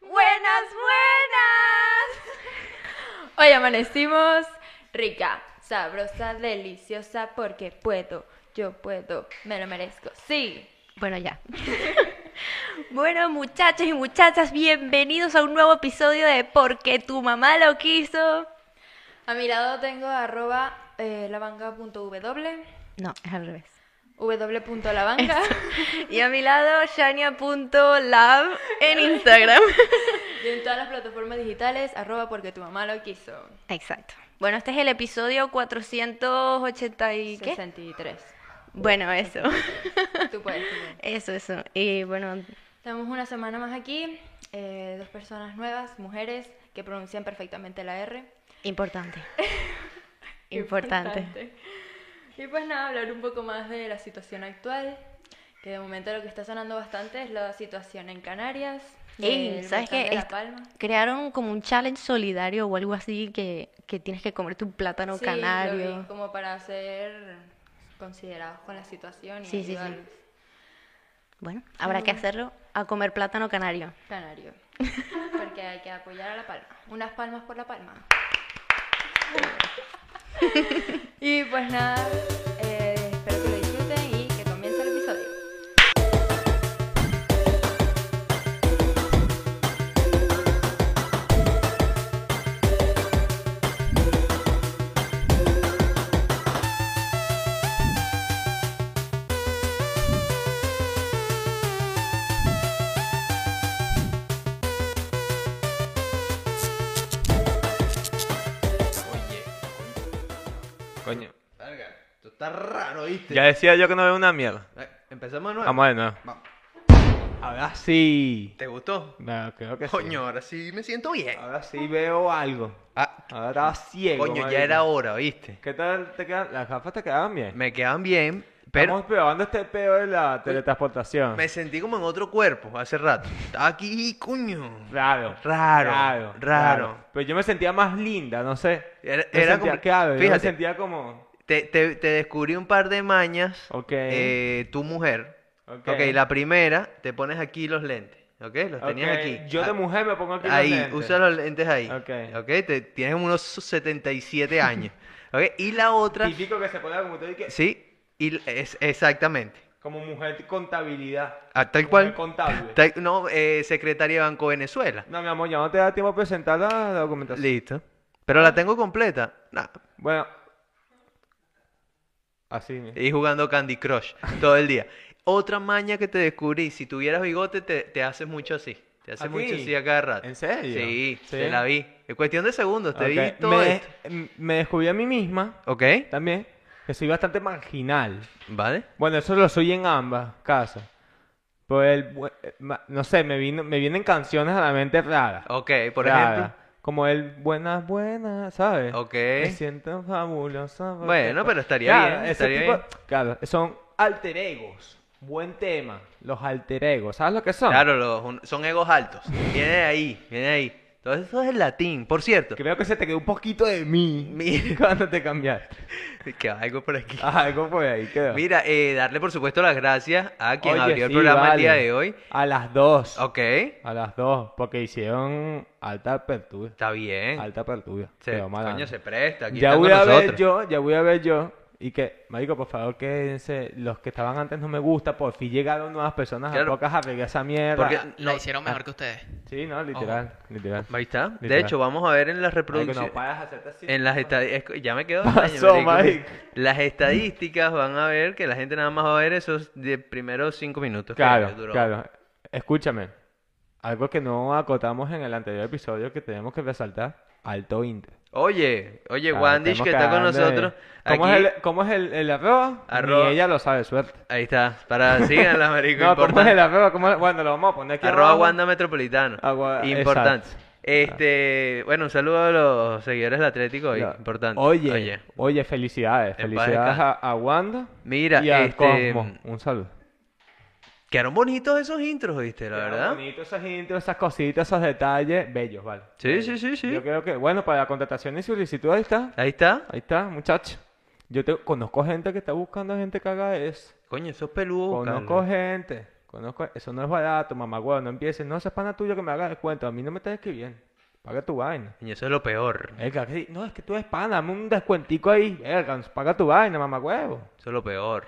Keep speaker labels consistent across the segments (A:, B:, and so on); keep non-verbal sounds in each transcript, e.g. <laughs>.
A: Buenas, buenas. Hoy amanecimos rica, sabrosa, deliciosa, porque puedo, yo puedo, me lo merezco. Sí.
B: Bueno, ya. bueno, muchachos y muchachas, bienvenidos a un nuevo episodio de Porque tu mamá lo quiso.
A: A mi lado tengo arroba eh, lavanga.w,
B: No, es al revés.
A: w.lavanga.
B: <laughs> Y a mi lado, Shania.lab en Instagram.
A: y en todas las plataformas digitales, arroba porque tu mamá lo quiso.
B: <laughs> Exacto. Bueno, este es el episodio 480 y qué. <laughs>
A: 63.
B: Bueno, eso. <laughs>
A: Tú puedes, tú puedes.
B: Eso, eso. Y bueno,
A: Estamos una semana más aquí, eh, dos personas nuevas, mujeres, que pronuncian perfectamente la R.
B: importante. <laughs> Importante.
A: Y pues nada, hablar un poco más de la situación actual, que de momento lo que está sonando bastante es la situación en Canarias.
B: Ey,
A: del
B: ¿sabes
A: volcán
B: qué?
A: de La
B: Est-
A: Palma.
B: crearon como un challenge solidario o algo así que, que tienes que comerte un plátano
A: Sí, lo vi,
B: canario.
A: como para ser considerados con la situación y
B: Sí, sí, sí.
A: ayudarlos.
B: Bueno, habrá que hacerlo a comer plátano canario.
A: Canario. Porque hay que apoyar a La Palma. Unas palmas por La Palma. y pues nada, eh, espero que lo disfruten y que comience el episodio.
C: Coño.
D: Verga, esto está raro, ¿viste?
C: Ya decía yo que no veo una mierda.
D: Eh, Empezamos de nuevo.
C: Vamos de nuevo.
D: Vamos.
E: Ahora sí.
D: ¿Te gustó?
E: No, creo que sí.
D: Coño, ahora sí me siento bien.
E: Ahora sí veo algo.
D: Ah,
E: Ahora ciego.
D: coño,
E: marico.
D: ya era hora, ¿viste?
E: ¿Qué tal te quedan? Las gafas te quedaban bien.
D: Me quedan bien, pero
E: Estamos probando este pedo de la teletransportación.
D: me sentí como en otro cuerpo hace rato. Estaba aquí, coño.
E: Raro.
D: Raro,
E: Raro.
D: raro.
E: Pero yo me sentía más linda, no sé.
D: Era-
E: Me
D: era
E: sentía-
D: como-
E: claro, yo me
D: fíjate.
E: sentía como...
D: Te, te- te descubrí un par de mañas.
E: Ok.
D: eh, tu mujer.
E: Ok.
D: ok, la primera, te pones aquí los lentes. Ok, los tenías
E: Ok,
D: aquí.
E: Yo de
D: Ah,
E: mujer me pongo aquí los
D: Ahí,
E: lentes.
D: usa los lentes ahí.
E: Ok.
D: Ok, te, tienes unos 77 años. Ok, y la otra.
E: Típico que se pone como tú dices,
D: Sí, y es, exactamente.
E: como mujer contabilidad.
D: Ah, tal
E: Mujer
D: cual.
E: contable.
D: Tal- no, eh, secretaria de Banco Venezuela.
E: No, mi amor, ya no te da tiempo a presentar la, la documentación.
D: Listo. Pero la tengo completa. Nah,
E: Bueno. Así. mira.
D: y jugando Candy Crush todo el día. Otra maña que te descubrí, si tuvieras bigote, te, te haces mucho así. Te haces
E: ¿Aquí?
D: mucho así a cada rato.
E: ¿En serio?
D: Sí,
E: ¿Sí?
D: te la vi. En cuestión de segundos, te vi
E: Ok,
D: todo
E: me,
D: esto.
E: m- me descubrí a mí misma
D: ¿Ok?
E: también que soy bastante marginal.
D: ¿Vale?
E: Bueno, eso lo soy en ambas casas. Pues el bu- eh, ma- no sé, me vino, me vienen canciones a la mente raras.
D: Ok, Oh, por
E: raras,
D: ejemplo.
E: Como el buenas, buenas, ¿sabes?
D: Ok.
E: Me siento fabulosa. porque-
D: Bueno, pero estaría
E: Claro,
D: bien,
E: ese
D: estaría
E: tipo-
D: bien.
E: Claro, son alter egos. Buen tema. Los alter egos. ¿Sabes lo que son?
D: Claro, los- un- son egos altos. Viene de ahí, viene de ahí. Todo eso es el latín, por cierto.
E: Creo que se te quedó un poquito de mí
D: Mi-
E: <laughs> cuando te cambiaste.
D: Que algo por aquí.
E: Ah, algo por ahí quedó.
D: Mira, eh, darle por supuesto las gracias a quien
E: Oye,
D: abrió el
E: sí,
D: programa el día
E: vale.
D: de hoy.
E: A las dos.
D: Ok,
E: A las dos, porque hicieron alta apertura.
D: está bien.
E: Alta apertura.
D: Se,
E: Quedó mal,
D: coño,
E: ¿no?
D: se presta. Aquí
E: ya
D: están
E: voy
D: con
E: a ver
D: nosotros.
E: yo, ya voy a ver yo. Y que, marico, por favor, quédense. Los que estaban antes no me gusta. Por fin llegaron nuevas personas
D: Claro.
E: a pocas arreglé esa mierda.
D: Porque- Oh,
F: La
D: No,
F: hicieron mejor que ustedes.
E: Sí, no, literal, literal.
D: Ahí está. De
E: Literal.
D: hecho, vamos a ver en las
E: Marico,
D: reproducciones.
E: no puedes hacerte así.
D: en las estadísticas. Ya me quedo.
E: Pasó,
D: daño, marico.
E: marico.
D: Las estadísticas van a ver que la gente nada más va a ver esos de primeros cinco minutos. que
E: Claro,
D: duró.
E: claro. Escúchame. Algo que no acotamos en el anterior episodio que tenemos que resaltar. Alto Inter.
D: Oye, oye,
E: Claro,
D: Wandish
E: estamos
D: que está con
E: cagando de-
D: nosotros.
E: ¿Cómo
D: aquí-
E: es el, cómo es el, el arroba?
D: Arroba.
E: Ni ella lo sabe, suerte.
D: Ahí está.
E: <laughs>
D: Para síganla, marico.
E: No, ¿cómo es
D: importante.
E: el arroba? ¿Cómo es? Bueno, lo vamos a poner aquí
D: Arroba
E: abajo.
D: Wanda Metropolitano.
E: Agua-
D: Importante.
E: exacto.
D: Este, bueno, un saludo a los seguidores del Atlético hoy.
E: No.
D: Importante.
E: Oye, oye, felicidades.
D: En paz
E: Felicidades a, a Wanda
D: Mira,
E: y a
D: este,
E: Cosmo. Un saludo.
D: Quedaron bonitos esos intros, ¿viste? La verdad.
E: Bonito esas intros, esas cositas, esos detalles. Bellos, vale.
D: Sí, sí, sí, sí.
E: Yo creo que, bueno, para contratación y solicitud, ahí está.
D: Ahí está.
E: Ahí está, muchacho. Yo te, conozco gente que está buscando gente que haga eso.
D: Coño, esos peludos.
E: Conozco gente. Conozco, eso no es barato, mamá, no empieces. No, eso es pana tuyo que me haga el cuento. A mí no me estás escribiendo. Paga tu vaina.
D: Y eso es lo peor.
E: Verga, que sí, No, es que tú eres pana, dame un descuentico ahí. Verga, paga tu vaina, mamá, huevo.
D: Eso es lo peor.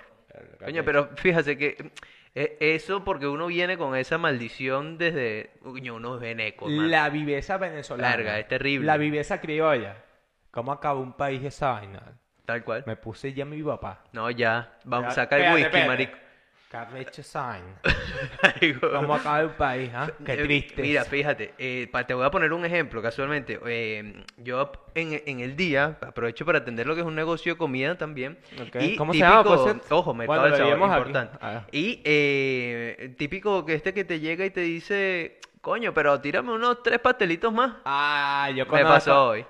D: Coño, pero fíjase que eh, eso porque uno viene con esa maldición desde. Coño, uno es veneco, man.
E: La viveza venezolana.
D: Larga, es terrible.
E: La viveza criolla. ¿Cómo acaba un país esa vaina?
D: Tal cual.
E: Me puse ya mi papá.
D: No, ya. Vamos,
E: Ya,
D: saca el
E: espérate,
D: whisky,
E: espérate.
D: marico.
E: Carrecho sign.
D: Marico. <laughs>
E: ¿Cómo acaba el país? ah? Qué
D: Eh,
E: triste.
D: Mira, fíjate, eh, pa- te voy a poner un ejemplo, casualmente. Eh, yo en, en el día aprovecho para atender lo que es un negocio de comida también.
E: Ok,
D: Y
E: ¿cómo se llama, por
D: típico-
E: cierto?
D: Ojo, me
E: Bueno,
D: acaba el
E: lo
D: sabor,
E: diremos aquí.
D: importante.
E: Ah.
D: Y eh, típico que este que te llega y te dice, coño, pero tírame unos tres pastelitos más.
E: Ah, yo
D: me
E: conozco. Mm,
D: pasó hoy.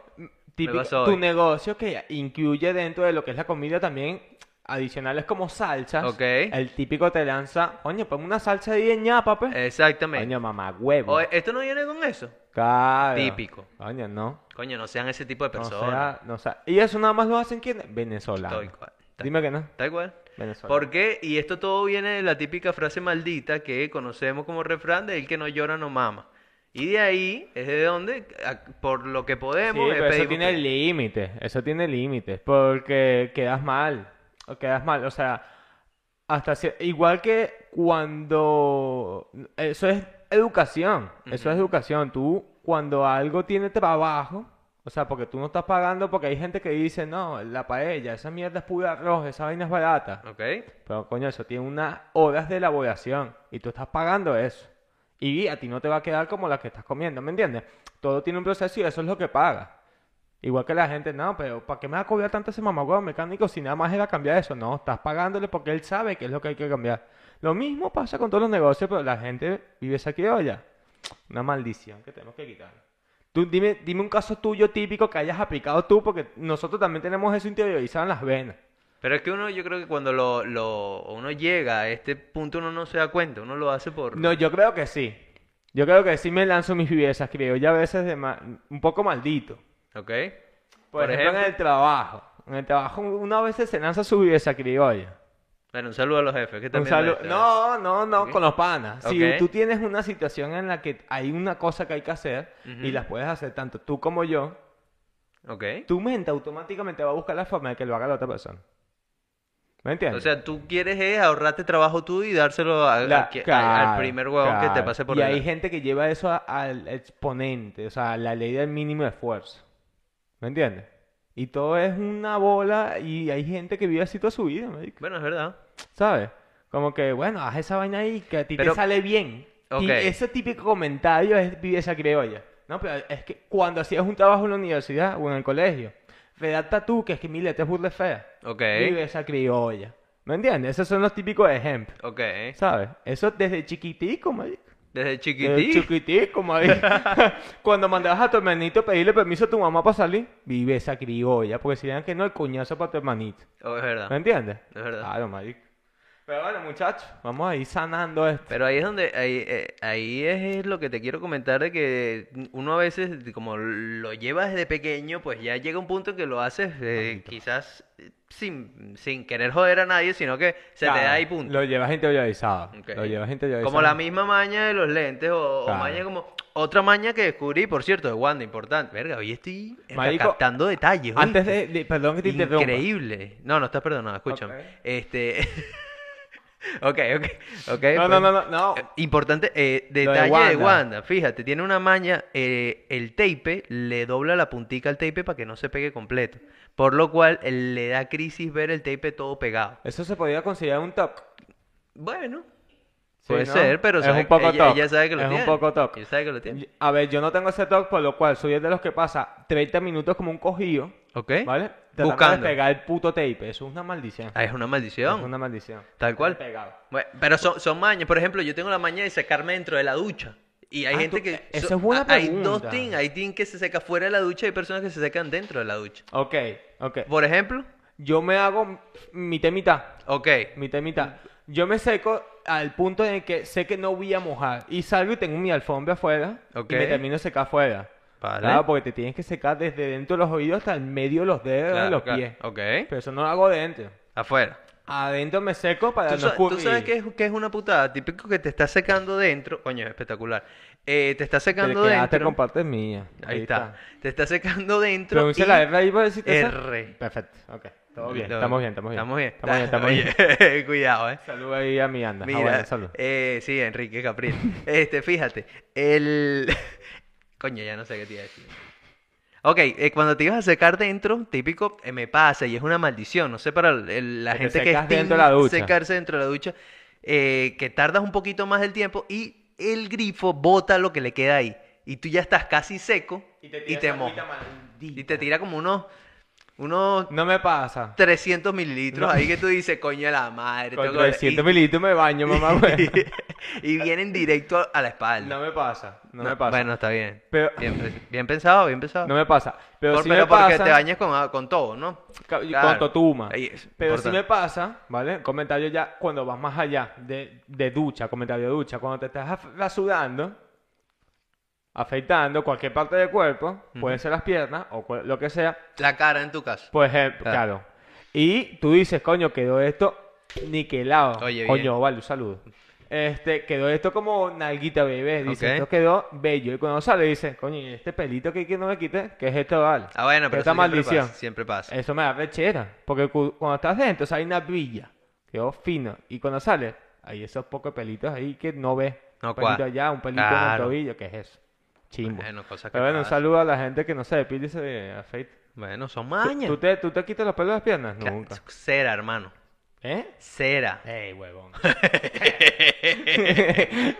E: Típico,
D: pasó
E: tu
D: hoy.
E: negocio que incluye dentro de lo que es la comida también adicionales como salsas.
D: Ok.
E: El típico te lanza, coño, ponme una salsa ahí de ñapa, pues.
D: Exactamente.
E: Coño, mamá, huevo.
D: Oye, ¿Esto no viene con eso?
E: Claro.
D: Típico.
E: Coño, no.
D: Coño, no sean ese tipo de
E: No
D: personas.
E: sea- no sea- Y eso nada más lo hacen quién? Venezolanos.
D: Tal cual. Tal-
E: Dime que no.
D: Tal cual.
E: Venezolanos.
D: ¿Por qué? Y esto todo viene de la típica frase maldita que conocemos como refrán de el que no llora no mama. Y de ahí es de donde, a- por lo que
E: Sí,
D: podemos, eh,
E: pero eso
D: pedimos
E: tiene
D: que-
E: límites, eso tiene límites, porque quedas mal, o quedas mal, o sea, hasta cier- igual que cuando eso es educación, eso es educación, tú cuando algo tiene trabajo, o sea, porque tú no estás pagando, porque hay gente que dice, no, la paella, esa mierda es pura arroz, esa vaina es barata,
D: ¿Ok?
E: pero coño, eso tiene unas horas de elaboración y tú estás pagando eso. Y a ti no te va a quedar como la que estás comiendo, ¿me entiendes? Todo tiene un proceso y eso es lo que paga. Igual que la gente, no, pero ¿para qué me va a cobrar tanto ese mamagüevo mecánico si nada más era cambiar eso? No, estás pagándole porque él sabe qué es lo que hay que cambiar. Lo mismo pasa con todos los negocios, pero la gente vive esa criolla. Una maldición que tenemos que quitar. Tú dime, dime un caso tuyo típico que hayas aplicado tú, porque nosotros también tenemos eso interiorizado en las venas.
D: Pero es que uno, yo creo que cuando lo, lo- uno llega a este punto, uno no se da cuenta, uno lo hace por...
E: No, yo creo que sí. Yo creo que sí me lanzo mis vivezas, creo. Ya a veces de ma- un poco maldito. Por,
D: ¿Ok? Por
E: ejemplo, en
D: ejemplo.
E: el trabajo. En el trabajo uno a veces se lanza su viveza criolla.
D: Bueno, un saludo a los jefes, que
E: Un
D: también...
E: saludo- No, no, no,
D: Ok.
E: con los panas.
D: Ok.
E: Si tú tienes una situación en la que hay una cosa que hay que hacer
D: Ujú.
E: y las puedes hacer tanto tú como yo,
D: ¿Ok?
E: tu mente automáticamente va a buscar la forma de que lo haga la otra persona. ¿Me entiendes?
D: O sea, tú quieres es ahorrarte trabajo tú y dárselo a- a
E: La-
D: que- a- al
E: claro,
D: primer huevón que te
E: claro.
D: pase por
E: Y
D: delante.
E: hay gente que lleva eso a- al exponente, o sea, a la ley del mínimo esfuerzo. ¿Me entiendes? Y todo es una bola y hay gente que vive así toda su vida, marico,
D: Bueno, es verdad.
E: ¿sabes? Como que, bueno, haz esa vaina ahí que a ti
D: Pero-
E: te sale bien.
D: Ok.
E: Y ese típico comentario es viveza criolla. No, pero es que cuando hacías un trabajo en la universidad o en el colegio, redacta tú que es que mi letra es burda y fea.
D: Ok.
E: Viveza criolla. ¿Me entiendes? Esos son los típicos ejemplos.
D: Ok.
E: ¿Sabes? Eso desde chiquitico, marico.
D: Desde chiquitito.
E: Desde chiquitico, marico. <laughs> Cuando mandabas a tu hermanito a pedirle permiso a tu mamá para salir, vive esa criolla, porque si vean que no, el coñazo para tu hermanito.
D: Oh, es verdad.
E: ¿Me entiendes?
D: Es verdad.
E: Claro, marico. Pero bueno, muchachos, vamos a ir sanando esto.
D: Pero ahí es donde, ahí, eh, ahí es, es lo que te quiero comentar de que uno a veces, como lo llevas desde pequeño, pues ya llega un punto en que lo haces eh, quizás eh, sin, sin querer joder a nadie, sino que se te
E: Claro,
D: da ahí punto.
E: Lo llevas interiorizado.
D: Ok.
E: Lo llevas interiorizado.
D: Como la misma maña de los lentes o, o
E: Claro.
D: maña como... Otra maña que descubrí, por cierto, de Wanda, importante. Verga, hoy estoy eh,
E: Marico,
D: captando detalles.
E: Antes
D: ¿oíste?
E: de, de- Perdón que te interrumpa.
D: Increíble. No, no estás perdonado, escúchame.
E: Ok.
D: Este. <laughs> ok, ok, ok.
E: No, no, no, no, no.
D: Eh, Importante, eh,
E: de
D: detalle de Wanda.
E: Wanda.
D: Fíjate, tiene una maña, eh, el tape le dobla la puntica al tape para que no se pegue completo. Por lo cual eh, le da crisis ver el tape todo pegado.
E: Eso se podría considerar un toque.
D: Bueno,
E: Sí,
D: puede
E: ¿no?
D: ser, pero
E: Es
D: sabe-
E: un poco
D: ella,
E: toc.
D: ella sabe que lo
E: Es un
D: tiene.
E: poco toc.
D: Ella sabe que lo tiene.
E: A ver, yo no tengo ese toque, por lo cual soy el de los que pasa 30 minutos como un cogido,
D: ¿Ok?
E: ¿vale? Tratando
D: ¿Eh? Buscando.
E: de pegar el puto tape. Eso es una maldición.
D: Ah, es una maldición.
E: Es una maldición.
D: Tal cual.
E: Pegado.
D: Bueno, pero son, son mañas. Por ejemplo, yo tengo la maña de secarme dentro de la ducha. Y hay
E: Ah,
D: gente
E: tú-
D: que...
E: esa
D: so-
E: es buena
D: a- Hay dos
E: pregunta.
D: teams. Hay team que se seca fuera de la ducha y hay personas que se secan dentro de la ducha.
E: Ok, ok.
D: Por ejemplo,
E: Yo me hago mitad y mitad.
D: ok.
E: Mitad y mitad. Yo me seco al punto en el que sé que no voy a mojar. Y salgo y tengo mi alfombra afuera.
D: Ok.
E: Y me termino de secar afuera.
D: Vale.
E: Claro, porque te tienes que secar desde dentro de los oídos hasta el medio de los dedos de
D: Claro,
E: los
D: claro.
E: pies.
D: Ok.
E: Pero eso no lo hago dentro.
D: Afuera.
E: Adentro me seco para
D: ¿Tú,
E: no
D: sa- tú
E: escurrir.
D: sabes qué es, qué es una putada? Típico que te está secando dentro. Coño, espectacular. Eh, te está secando
E: Te quedaste
D: dentro.
E: con partes mías.
D: Ahí está. Te está secando dentro.
E: Pronuncia
D: y-
E: la R ahí para decir
D: R.
E: Perfecto, ok. Todo bien,
D: Lo-
E: estamos bien, estamos bien.
D: Estamos bien.
E: Estamos bien, estamos bien.
D: <laughs> Oye, cuidado, eh.
E: Salud ahí a mi anda.
D: Mira,
E: Ah, bueno, salud.
D: eh, sí, Enrique Capril. <laughs> Este, fíjate, el... <laughs> Coño, ya no sé qué te iba a decir. Ok, eh, cuando te ibas a secar dentro, típico, eh, me pasa y es una maldición, no sé para el- el- la
E: Que te
D: gente que
E: secas
D: es
E: dentro
D: team
E: de la ducha.
D: secarse dentro de la ducha, eh, que tardas un poquito más del tiempo y el grifo bota lo que le queda ahí y tú ya estás casi seco y te, mojas. Y te tira como unos, unos
E: No me pasa.
D: 300 mililitros ahí que tú dices, coño de la madre.
E: Con
D: tengo que-
E: 300
D: y-
E: mililitros me baño, mamá.
D: <laughs>
E: güey.
D: y vienen directo a- a la espalda.
E: No me pasa, no,
D: No,
E: me pasa.
D: Bueno, está bien.
E: Pero-
D: Bien, pe- bien pensado, bien pensado.
E: no me pasa. Pero
D: Por-
E: sí
D: pero
E: me
D: porque
E: pasa.
D: te bañas con, a- con todo, ¿no?
E: Ca- y
D: Claro.
E: con totuma.
D: Ahí es,
E: Pero si
D: importante.
E: me pasa, ¿vale? Comentario ya cuando vas más allá de, de ducha, comentario de ducha, cuando te estás af- rasurando, afeitando cualquier parte del cuerpo, pueden ser las piernas o cual- lo que sea,
D: La cara en tu caso.
E: por ejemplo,
D: Claro.
E: claro. Y tú dices, coño, quedó esto niquelado.
D: Oye,
E: coño,
D: bien.
E: vale, un saludo. Este, quedó esto como nalguita bebé, dice,
D: Ok.
E: esto quedó bello. Y cuando sale dice, coño, ¿y este pelito que, que no me quite, ¿qué es esto, vale?
D: Ah, bueno, pero
E: Esta
D: eso siempre
E: maldición.
D: pasa. Siempre pasa.
E: Eso me da rechera, porque cu- cuando estás dentro, o sea, hay una brilla, quedó fino, y cuando sales, hay esos pocos pelitos ahí que no ves.
D: No
E: un pelito
D: cuadra.
E: allá, un pelito en el
D: Claro.
E: tobillo, ¿qué es eso? Chimbo.
D: Bueno, cosas que
E: Pero bueno, un
D: pasan.
E: saludo a la gente que no se depila y se afeita.
D: Bueno,
E: ¿Tú-
D: son mañas.
E: ¿Tú te, ¿Tú te quitas los pelos de las piernas?
D: Claro,
E: Nunca.
D: Cera, hermano.
E: ¿Eh? <laughs>
D: Cera.
E: ¡Ey, huevón!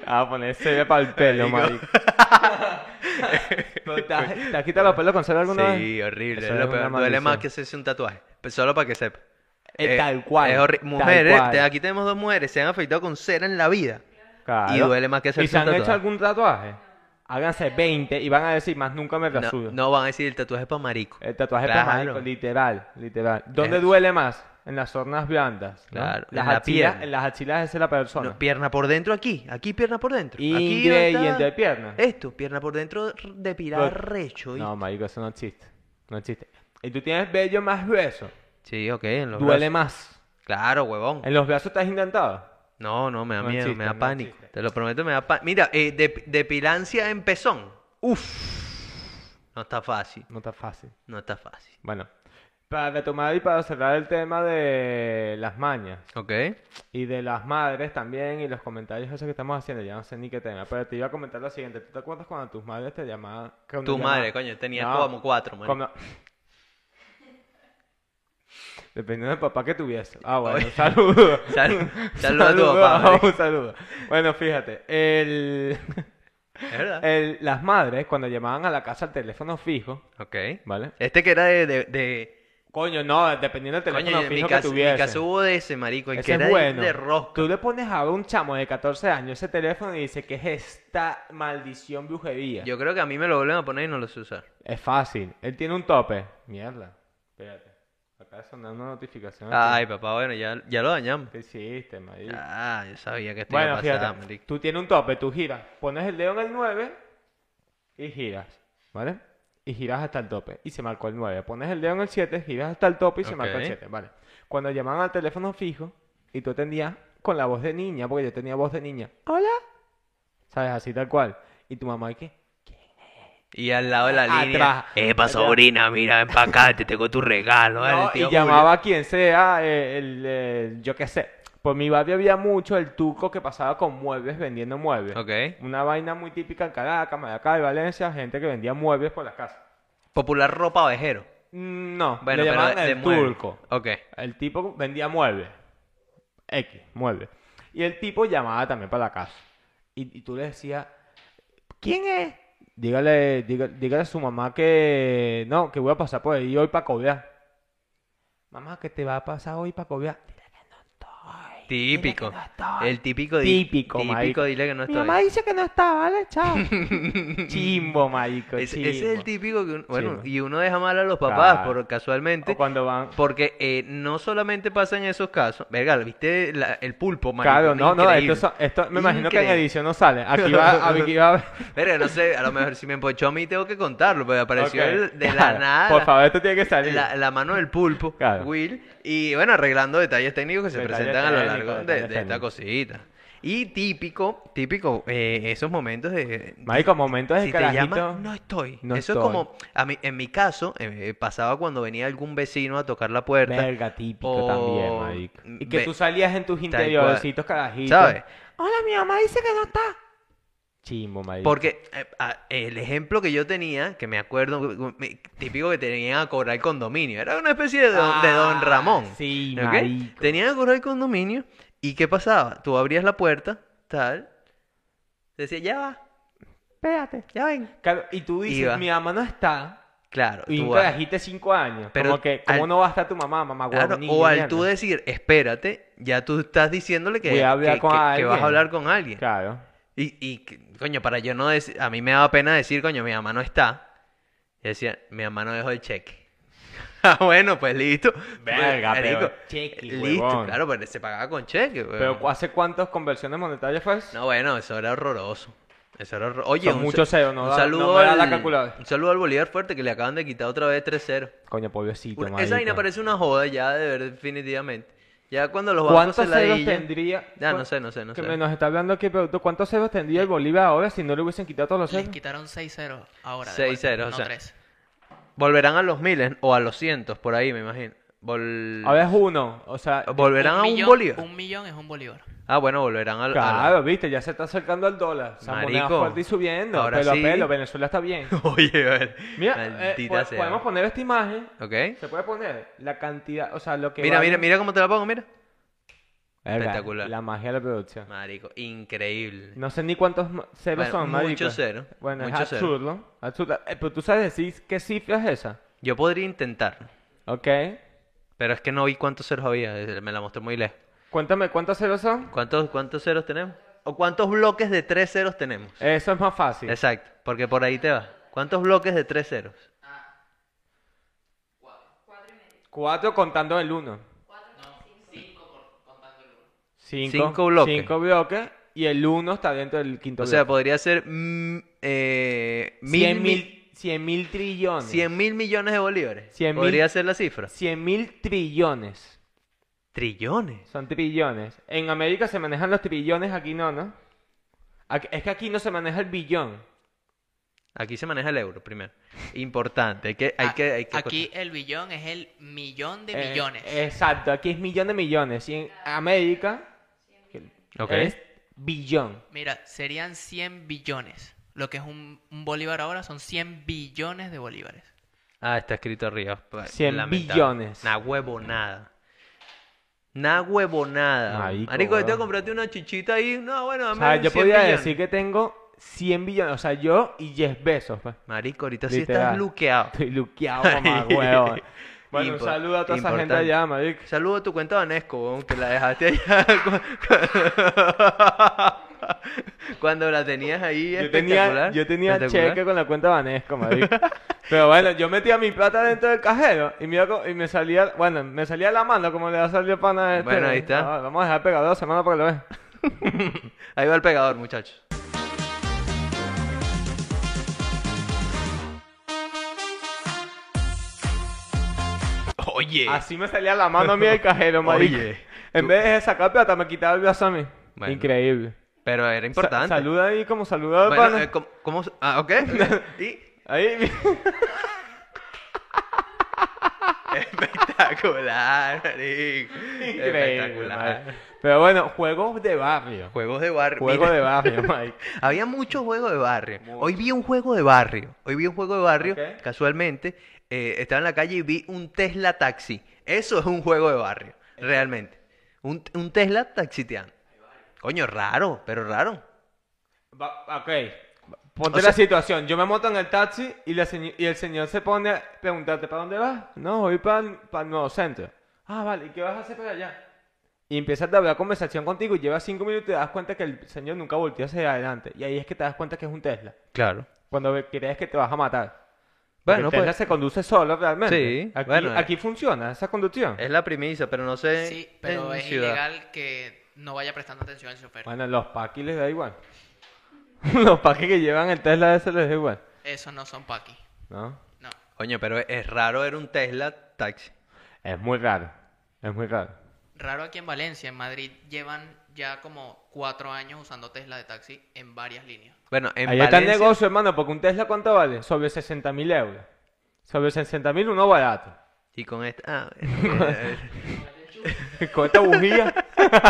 E: a ponerse para el pelo, marico.
D: Marico.
E: Pero ¿Te has te has quitado los pelos con cera alguna vez?
D: Sí, horrible.
E: Eso
D: es lo
E: es una
D: peor. Duele más
E: maldición.
D: que hacerse un tatuaje. Pero solo para que sepa.
E: Eh, tal cual,
D: es horri-
E: tal
D: mujeres,
E: cual.
D: te- aquí tenemos dos mujeres, se han afeitado con cera en la vida.
E: Claro.
D: Y duele más que hacerse
E: ¿Y se
D: un
E: han
D: tatuaje.
E: hecho algún tatuaje? Háganse 20 y van a decir, más nunca me
D: No,
E: rasuro.
D: no van a decir el tatuaje para marico.
E: El tatuaje
D: Claro.
E: pajarico, literal, literal. ¿Dónde
D: Es-
E: duele más? En las zonas blandas. ¿no?
D: Claro,
E: Las
D: en la
E: axilas-
D: pierna.
E: en las axilas de ser la persona.
D: No, pierna por dentro aquí, aquí pierna por dentro. aquí
E: Ingle
D: ¿dónde
E: y
D: está?
E: entre piernas.
D: Esto, pierna por dentro de pirar
E: Lo-
D: recho. ¿y?
E: No, marico, eso no existe. No existe. Y tú tienes vello más grueso.
D: Sí, ok, en los
E: duele
D: brazos.
E: más.
D: Claro, huevón.
E: ¿En los brazos estás intentado?
D: No, no, me da
E: No
D: miedo,
E: existe,
D: me da
E: no
D: pánico.
E: existe.
D: Te lo prometo, me da pánico. Mira, eh, de- depilancia en pezón. Uf. No está fácil,
E: No está fácil.
D: no está fácil.
E: Bueno, para retomar y para cerrar el tema de las mañas.
D: Ok.
E: Y de las madres también, y los comentarios esos que estamos haciendo, ya no sé ni qué tema, pero te iba a comentar lo siguiente, ¿tú te acuerdas cuando tus madres te llamaban? cuando
D: Tu
E: llamaban-
D: madre, coño, tenías
E: No,
D: como cuatro, marico.
E: cuando- <laughs> Dependiendo del papá que tuviese. Ah, bueno, saludos.
D: <laughs> <laughs>
E: <laughs>
D: Sal- saludo a tu papá, marico.
E: Un saludo. Bueno, fíjate,
D: <laughs>
E: el,
D: Es verdad.
E: el- las madres cuando llamaban a la casa al teléfono fijo,
D: ok.
E: ¿vale?
D: Este que era de... de, de-
E: Coño, no, dependiendo del teléfono
D: Coño, en mi
E: fijo
D: caso,
E: que
D: en mi
E: tuviese.
D: caso hubo de ese, marico. El
E: Ese
D: que
E: es
D: era de-
E: bueno.
D: de rosca.
E: Tú le pones a un chamo de 14 años ese teléfono y dice que es esta maldición brujería.
D: Yo creo que a mí me lo vuelven a poner y no lo sé usar.
E: Es fácil. Él tiene un tope. Mierda. Espérate. Acaba de sonar una notificación.
D: Ay, papá, bueno, ya, ya lo dañamos.
E: ¿Qué hiciste, marico?
D: Ah, yo sabía que esto iba
E: bueno,
D: a pasar,
E: fíjate.
D: marico.
E: Tú tienes un tope. Tú giras. Pones el dedo en el 9 y giras. ¿Vale? Y giras hasta el tope. Y se marcó el 9. Pones el dedo en el 7, giras hasta el tope y se marcó el
D: Ok.
E: 7. Vale. Cuando llamaban al teléfono fijo y tú atendías con la voz de niña, porque yo tenía voz de niña. Hola. ¿Sabes? Así tal cual. Y tu mamá, ¿y ¿qué?
D: Y al lado de la
E: Atrás.
D: línea. Epa,
E: Atrás.
D: sobrina, mira, ven pa' acá, te tengo tu regalo.
E: No,
D: dale,
E: y
D: tío
E: llamaba a quien sea, eh, el, eh, yo qué sé. Por mi barrio había mucho el tuco que pasaba con muebles vendiendo muebles.
D: Julio. Ok.
E: Una vaina muy típica en Caracas, Maracay, Valencia, gente que vendía muebles por las casas.
D: Popular ropa ovejero.
E: Mm, No,
D: Bueno,
E: le
D: pero
E: llamaban
D: de, de
E: el
D: mueble.
E: turco.
D: Ok.
E: El tipo vendía muebles. X, muebles. Y el tipo llamaba también para la casa. Y, y tú le decías, ¿quién es? Dígale, diga- dígale a su mamá que no, que voy a pasar por ahí hoy para cobrar. Mamá, que te va a pasar hoy para cobrar. Dile que no estoy.
D: Típico. El típico di-
E: Típico, marico.
D: Típico, dile que no
E: Mi
D: estoy.
E: mamá dice que no está, ¿vale?
D: <laughs>
E: Chao. chimbo, marico,
D: Es-
E: chimbo.
D: ese es el típico que un- bueno,
E: Chimbo.
D: y uno deja mal a los papás
E: Claro.
D: por casualmente
E: O cuando van...
D: porque eh, no solamente pasa en esos casos, verga, ¿viste la- el pulpo, marico?
E: Claro, no, no,
D: Increíble.
E: esto, son- esto me imagino que en
D: Increíble.
E: edición no sale. Aquí
D: <laughs>
E: va, aquí va.
D: Verga, no sé, a lo mejor si me empochó a mí tengo que contarlo, pero apareció
E: Ok.
D: el- de la
E: Claro, <laughs>
D: nada.
E: Por
D: la-
E: favor, esto tiene que salir.
D: la, la mano del pulpo,
E: Claro.
D: Will, y bueno, arreglando detalles técnicos que se
E: Detalles
D: presentan a lo
E: técnicos,
D: largo de,
E: detalles
D: de esta
E: técnicos.
D: cosita. Y típico, típico, eh, esos momentos de...
E: Marico, momentos de
D: si te
E: carajito.
D: llaman, no estoy.
E: no
D: Eso
E: estoy.
D: es como, a mí, en mi caso, eh, pasaba cuando venía algún vecino a tocar la puerta.
E: Verga, típico
D: o-
E: también, marico. Y que
D: ve-
E: tú salías en tus
D: cual.
E: interiorcitos carajitos.
D: ¿Sabes?
E: Hola, mi mamá dice que no está. Chimbo, marico.
D: Porque eh, a- el ejemplo que yo tenía, que me acuerdo, me- típico que tenían a cobrar el condominio, era una especie de don, de don
E: Ah,
D: Ramón.
E: Sí,
D: ¿ok?
E: marico.
D: Tenían que cobrar el condominio y ¿qué pasaba? Tú abrías la puerta, tal, decía, ya va,
E: Espérate.
D: ya ven.
E: Claro, y tú dices,
D: Iba.
E: mi mamá no está.
D: Claro,
E: Y
D: tú
E: un
D: vas.
E: carajito de 5 años.
D: Pero
E: como que, ¿cómo
D: al-
E: no va a estar tu mamá, mamá? huevón,
D: Claro,
E: niño,
D: o al
E: mierda?
D: tú decir, espérate, ya tú estás diciéndole que,
E: Voy a hablar
D: que-
E: con
D: que- que vas
E: alguien.
D: a hablar con alguien.
E: Claro.
D: Y, y, que- coño, para yo no decir, a mí me daba pena decir, coño, mi mamá no está. Y decía, mi mamá no dejó el cheque. <laughs> ah, bueno, pues listo.
E: Verga,
D: Pues,
E: pero
D: marico,
E: cheque,
D: Listo,
E: huevón.
D: claro, pero se pagaba con cheque.
E: Pero,
D: huevón.
E: ¿cu- ¿hace cuántas conversiones monetarias fue?
D: No, bueno, eso era horroroso. Eso era horroroso. Oye,
E: Son
D: un
E: muchos
D: sa-
E: ceros, no
D: un
E: da- no
D: saludo
E: me da
D: al,
E: la calculadora.
D: Un saludo al Bolívar Fuerte que le acaban de quitar otra vez 3-0.
E: Coño, pobrecito,
D: Una-
E: marico.
D: Esa vaina parece una joda ya, de ver, definitivamente. Ya cuando los bancos
E: ¿Cuántos
D: se la
E: ceros
D: dillan-
E: tendría?
D: Ya,
E: cu-
D: no sé, no sé, no
E: que
D: sé.
E: me nos está hablando aquí, pero tú, ¿cuántos ceros tendría el Bolívar ahora si no le hubiesen quitado todos los
C: Les
E: ceros?
C: quitaron 6-0 ahora. de
D: 6-0,
C: vuelta,
D: o
C: no
D: sea.
C: tres.
D: Volverán a los miles o a los cientos, por ahí me imagino. Vol-
E: Ahora es uno, o sea,
D: Volverán a un
C: millón-
D: Bolívar.
C: Un millón es un Bolívar.
D: Ah, bueno, volverán al- a,
E: claro, viste, ya se está acercando al dólar. Esa moneda
D: Marico,
E: fuerte y subiendo,
D: ahora
E: pelo
D: sí.
E: a pelo, Venezuela está
D: <laughs>
E: bien.
D: <laughs> Oye, a ver.
E: Mira, eh,
D: Maldita
E: po-
D: sea.
E: podemos poner esta imagen,
D: Ok.
E: se puede poner la cantidad, o sea, lo que
D: Mira,
E: vale-
D: mira, mira cómo te la pongo, mira.
E: Verga,
D: espectacular.
E: La magia de la producción.
D: Marico, increíble.
E: No sé ni cuántos ma- ceros
D: Bueno,
E: son,
D: mucho
E: marico.
D: cero,
E: Bueno,
D: mucho
E: es
D: cero.
E: absurdo. absurdo. Eh, pero tú sabes decir qué cifra es esa.
D: Yo podría intentar,
E: Ok.
D: pero es que no vi cuántos ceros había. eh, Me la mostró muy lejos.
E: Cuéntame, ¿cuántos ceros son?
D: ¿Cuántos, cuántos ceros tenemos? ¿O cuántos bloques de tres ceros tenemos?
E: Eso es más fácil.
D: Exacto, porque por ahí te vas. ¿Cuántos bloques de tres ceros?
E: Cuatro contando el uno. Cinco,
D: Cinco bloques.
E: Cinco bloques. Y el uno está dentro del quinto
D: O sea,
E: bloque.
D: podría ser mm, eh,
E: Cien
D: mil, mil,
E: mil, cien mil trillones.
D: cien mil millones de bolívares.
E: Cien mil-
D: podría ser la cifra.
E: Cien mil trillones.
D: Trillones.
E: Son trillones. En América se manejan los trillones, aquí no, ¿no? Aquí- es que aquí no se maneja el billón.
D: Aquí se maneja el euro primero. Importante, hay que, hay
C: A-
E: Ah,
D: que, hay que
C: Ah, Aquí el billón es el millón de
E: Eh,
C: millones.
E: exacto, aquí es millón de millones. Y en América
D: Ok.
E: es billón.
C: Mira, serían 100 billones. Lo que es un, un bolívar ahora son 100 billones de bolívares.
D: Ah, está escrito arriba. pa-
E: Cien
D: lamentable.
E: billones.
D: Nah huevonada. Nah huevonada.
E: Marico,
D: Marico, yo te
E: weón.
D: comprarte una chichita ahí. No, bueno,
E: O
D: dame
E: sea, yo
D: 100
E: podría
D: billones.
E: decir que tengo 100 billones. O sea, yo y 10 besos. pues.
D: Marico, ahorita sí
E: Literal.
D: estás luqueado.
E: Estoy
D: <laughs>
E: luqueado, mamá, huevón. Bueno, un
D: Impor-
E: saludo a toda esa gente
D: importante.
E: allá, marico.
D: Saludo a tu cuenta Vanesco, weón, que la dejaste allá. <laughs> Cuando la tenías ahí,
E: Yo tenía,
D: espectacular.
E: yo tenía
D: espectacular.
E: cheque con la cuenta Vanesco, marico. <laughs> Pero bueno, yo metía mi plata dentro del cajero y, mira co- y me salía, bueno, me salía la mano como le va a salir el pana a este.
D: Bueno, ahí está.
E: Ah, vamos a dejar pegado dos semanas para que lo vean.
D: Ahí va el pegador, muchachos. Oye.
E: Así me salía la mano a mí del cajero, marico.
D: Oye,
E: en
D: tú-
E: vez de sacar plata, me quitaba el brazo a mí.
D: Bueno.
E: Increíble.
D: Pero era
E: Sa-
D: importante.
E: saluda ahí como saludado
D: Bueno,
E: pana.
D: eh, ¿cómo, cómo se- Ah,
E: <laughs>
D: ok. y
E: Ahí, <laughs>
D: espectacular, marico.
E: increíble.
D: Espectacular.
E: marico. Pero bueno, juegos de barrio.
D: Juegos de barrio.
E: Juegos
D: mira.
E: de barrio, Mike.
D: Había muchos juegos de barrio. Hoy vi un juego de barrio. Hoy vi un juego de barrio,
E: Ok.
D: casualmente. eh, estaba en la calle y vi un Tesla taxi. Eso es un juego de barrio, realmente. Un, un Tesla taxiteando. Coño, raro, pero raro.
E: Va- ok. Ponte
D: O sea-
E: la situación. Yo me monto en el taxi y, la señ- y el señor se pone a preguntarte, ¿para dónde vas? No, voy para el, nuevo centro. Ah, vale, ¿y qué vas a hacer para allá? y empieza a hablar conversación contigo y lleva cinco minutos y te das cuenta que el señor nunca volteó hacia adelante. Y ahí es que te das cuenta que es un Tesla.
D: Claro.
E: Cuando ve- crees que te vas a matar. Porque
D: Bueno,
E: el Tesla
D: pues-
E: se conduce solo realmente.
D: Sí,
E: Aquí,
D: bueno, eh.
E: aquí funciona esa conducción.
D: Es la primicia, pero no sé.
C: Sí, pero
D: Eh, en
C: es
D: ciudad.
C: ilegal que no vaya prestando atención al chofer.
E: Bueno, los paquis les da igual. <laughs> los paquis que llevan el Tesla ese les da igual.
C: Esos no son paqui.
E: ¿No?
C: No.
D: Coño, pero es raro ver un Tesla taxi.
E: Es muy raro. Es muy raro.
C: Raro aquí en Valencia, en Madrid llevan ya como cuatro años usando Tesla de taxi en varias líneas.
D: Bueno, en
E: Ahí está el
D: Valencia,
E: negocio, hermano, porque un Tesla ¿cuánto vale? Sobre 60 mil euros. Sobre 60 mil uno barato.
D: Y con esta...
E: <laughs>
D: Ah, eh,
E: este Con esta bujía. <laughs>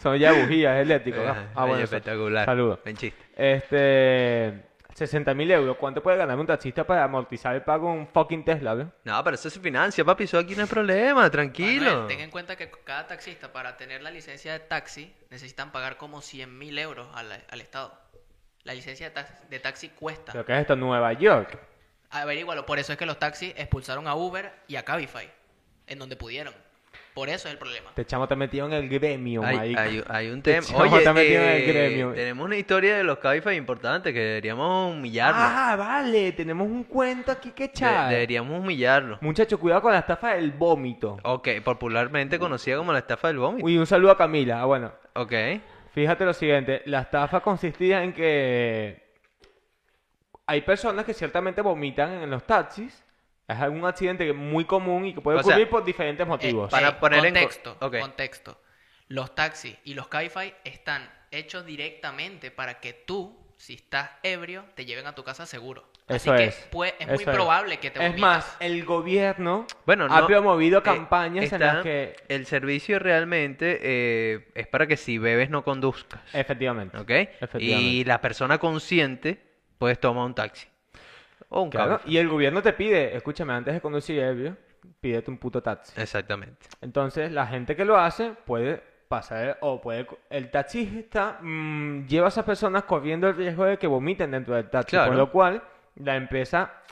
E: Son ya bujías eléctricas. ¿no?
D: eh,
E: Ah, bueno,
D: oye,
E: eso-
D: espectacular.
E: Saludos.
D: Buen chiste.
E: Este. 60 mil euros. ¿Cuánto puede ganar un taxista para amortizar el pago de un fucking Tesla, bro?
D: No, pero eso se financia, papi. Eso aquí no hay problema, tranquilo.
C: Manuel, ten en cuenta este que cada taxista para tener la licencia de taxi necesitan pagar como 100 mil euros al, al Estado. La licencia de taxi, de taxi cuesta.
E: ¿Pero qué es esto? Nueva York.
C: Averígualo, por eso es que los taxis expulsaron a Uber y a Cabify, en donde pudieron. Por eso es el problema.
E: Te chamo te metido en el gremio,
D: Hay,
E: marico.
D: hay- hay un tema.
E: chamo
D: Oye,
E: está metido en el
D: eh,
E: gremio.
D: tenemos una historia de los Cabify importante que deberíamos humillarnos.
E: Ah, vale, tenemos un cuento aquí que
D: De-
E: echar.
D: deberíamos humillarnos.
E: Muchachos, cuidado con la estafa del vómito.
D: Ok, popularmente conocida como la estafa del Oh, vómito.
E: Uy, un saludo a Camila. Ah, bueno,
D: Ok.
E: fíjate lo siguiente. La estafa consistía en que hay personas que ciertamente vomitan en los taxis. Es algún accidente que es muy común y que puede
D: O sea, eh,
E: ocurrir por diferentes motivos.
D: para poner en co-
C: Eh, contexto,
D: ok.
C: contexto. Los taxis y los Cabify están hechos directamente para que tú, si estás ebrio, te lleven a tu casa seguro.
E: Eso
C: Así
E: es.
C: Que, pues, es
E: Eso
C: muy probable que te
E: Es
C: vomites.
E: más, el gobierno
D: Bueno,
E: ha
D: no,
E: promovido
D: eh,
E: campañas en
D: está-
E: las que...
D: El servicio realmente eh, es para que si bebes no conduzcas.
E: Efectivamente.
D: ¿Ok?
E: Efectivamente.
D: Y la persona consciente, pues toma un taxi. O un
E: Claro,
D: carro.
E: y el gobierno te pide, escúchame, antes de conducir ebrio, pídete un puto taxi.
D: Exactamente.
E: Entonces, la gente que lo hace puede pasar, o puede, co- el taxista mm, lleva a esas personas corriendo el riesgo de que vomiten dentro del taxi,
D: Claro.
E: con lo cual la empresa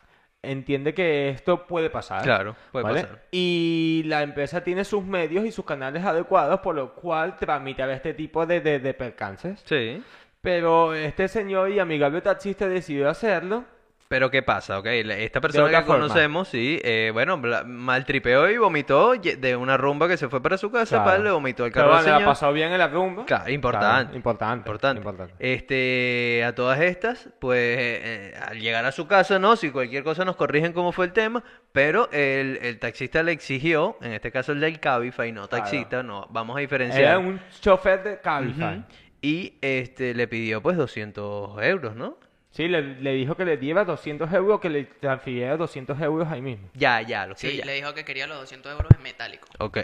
E: entiende que esto puede pasar.
D: Claro, puede
E: ¿vale?
D: pasar.
E: Y la empresa tiene sus medios y sus canales adecuados, por lo cual tramitar este tipo de, de- de percances.
D: Sí.
E: Pero este señor y amigable taxista decidió hacerlo.
D: Pero ¿qué pasa? Ok, la- esta persona
E: otra
D: que
E: forma.
D: conocemos, sí, eh, bueno, bla- maltripeó y vomitó ye- de una rumba que se fue para su casa,
E: Claro.
D: pa, le vomitó al
E: Pero
D: carro al
E: bueno, la
D: señor.
E: pasó bien en la rumba.
D: Claro, importante.
E: Claro, importante.
D: Importante. Este, a todas estas, pues eh, al llegar a su casa, no, si cualquier cosa nos corrigen cómo fue el tema, pero el, el taxista le exigió, en este caso el del Cabify, no
E: Claro.
D: taxista, no, vamos a diferenciar.
E: Era un chofer de Cabify.
D: Ujú. Y este, le pidió pues 200 euros, ¿no?
E: Sí, le, le dijo que le lleva 200 euros, que le transfiriera 200 euros ahí mismo.
D: Ya, ya, lo que
C: Sí,
D: ya.
C: le dijo que quería los 200 euros en metálico.
D: Ok.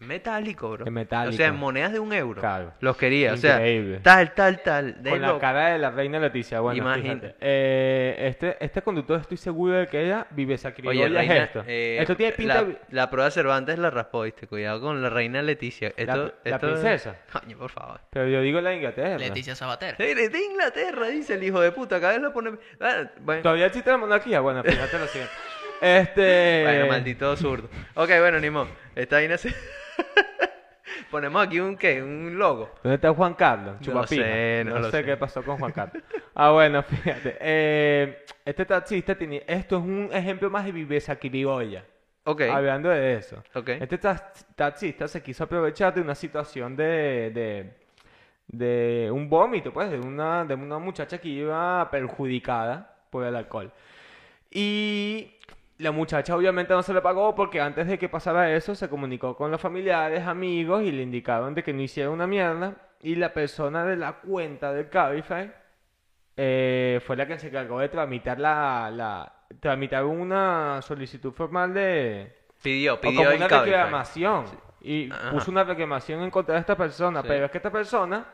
D: Metálico, bro.
E: Es metálico.
D: O sea, en monedas de un euro.
E: Claro.
D: Los quería,
E: Increíble.
D: o sea, tal, tal, tal. de
E: Con la
D: loco.
E: cara de la reina Leticia, bueno,
D: Imagínate.
E: fíjate. Eh, este, este conductor estoy seguro de que ella vive esa criolla
D: Oye, reina,
E: es esto.
D: eh,
E: esto tiene pinta...
D: La,
E: de-
D: la prueba Cervantes la raspó, ¿viste? Cuidado con la reina Leticia. Esto,
E: la
D: esto-
E: princesa.
D: <laughs> Coño, por favor.
E: Pero yo digo la de Inglaterra.
C: Leticia Sabater.
D: Eres de Inglaterra, dice el hijo de puta. Cada vez lo pone. Ah, Bueno,
E: ¿Todavía existe la monarquía? Bueno, fíjate lo siguiente. Este...
D: bueno, maldito zurdo. Ok, bueno, ni modo. Está ahí nace- <laughs> Ponemos aquí un qué, un logo.
E: ¿Dónde está Juan Carlos? Chupapija.
D: sé, no lo sé.
E: qué pasó con Juan Carlos. Ah, bueno, fíjate. Eh, este taxista tenía... Esto es un ejemplo más de viveza criolla.
D: Ok.
E: Hablando de eso.
D: Ok.
E: Este tax- taxista se quiso aprovechar de una situación de... de de un vómito, pues, de una, de una muchacha que iba perjudicada por el alcohol. Y la muchacha obviamente no se le pagó porque antes de que pasara eso se comunicó con los familiares, amigos y le indicaron de que no hiciera una mierda. Y la persona de la cuenta del Cabify eh, fue la que se encargó de tramitar la, la tramitar una solicitud formal de
D: Pidió,
E: o
D: pidió pues.
E: como
D: el
E: una
D: Cabify.
E: reclamación y
D: Ajá.
E: puso una reclamación en contra de esta persona,
D: Sí.
E: pero es que esta persona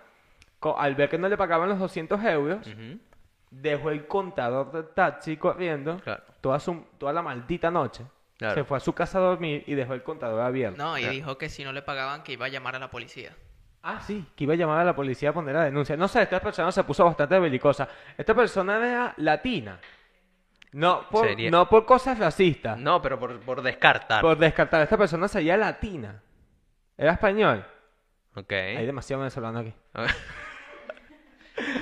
E: co- al ver que no le pagaban los 200 euros
D: Ujú.
E: dejó el contador del taxi corriendo
D: Claro.
E: toda, su, toda la maldita noche.
D: Claro.
E: Se fue a su casa a dormir y dejó el contador abierto.
C: No, y
D: Ya.
C: dijo que si no le pagaban que iba a llamar a la policía.
E: Ah, sí, que iba a llamar a la policía a poner la denuncia. No sé, esta persona se puso bastante belicosa. Esta persona era latina. No por,
D: Sería-
E: no por cosas racistas,
D: No, pero por, por descartar.
E: por descartar. Esta persona sería latina. Era español.
D: Ok.
E: Hay demasiado venezolano aquí.
D: <laughs>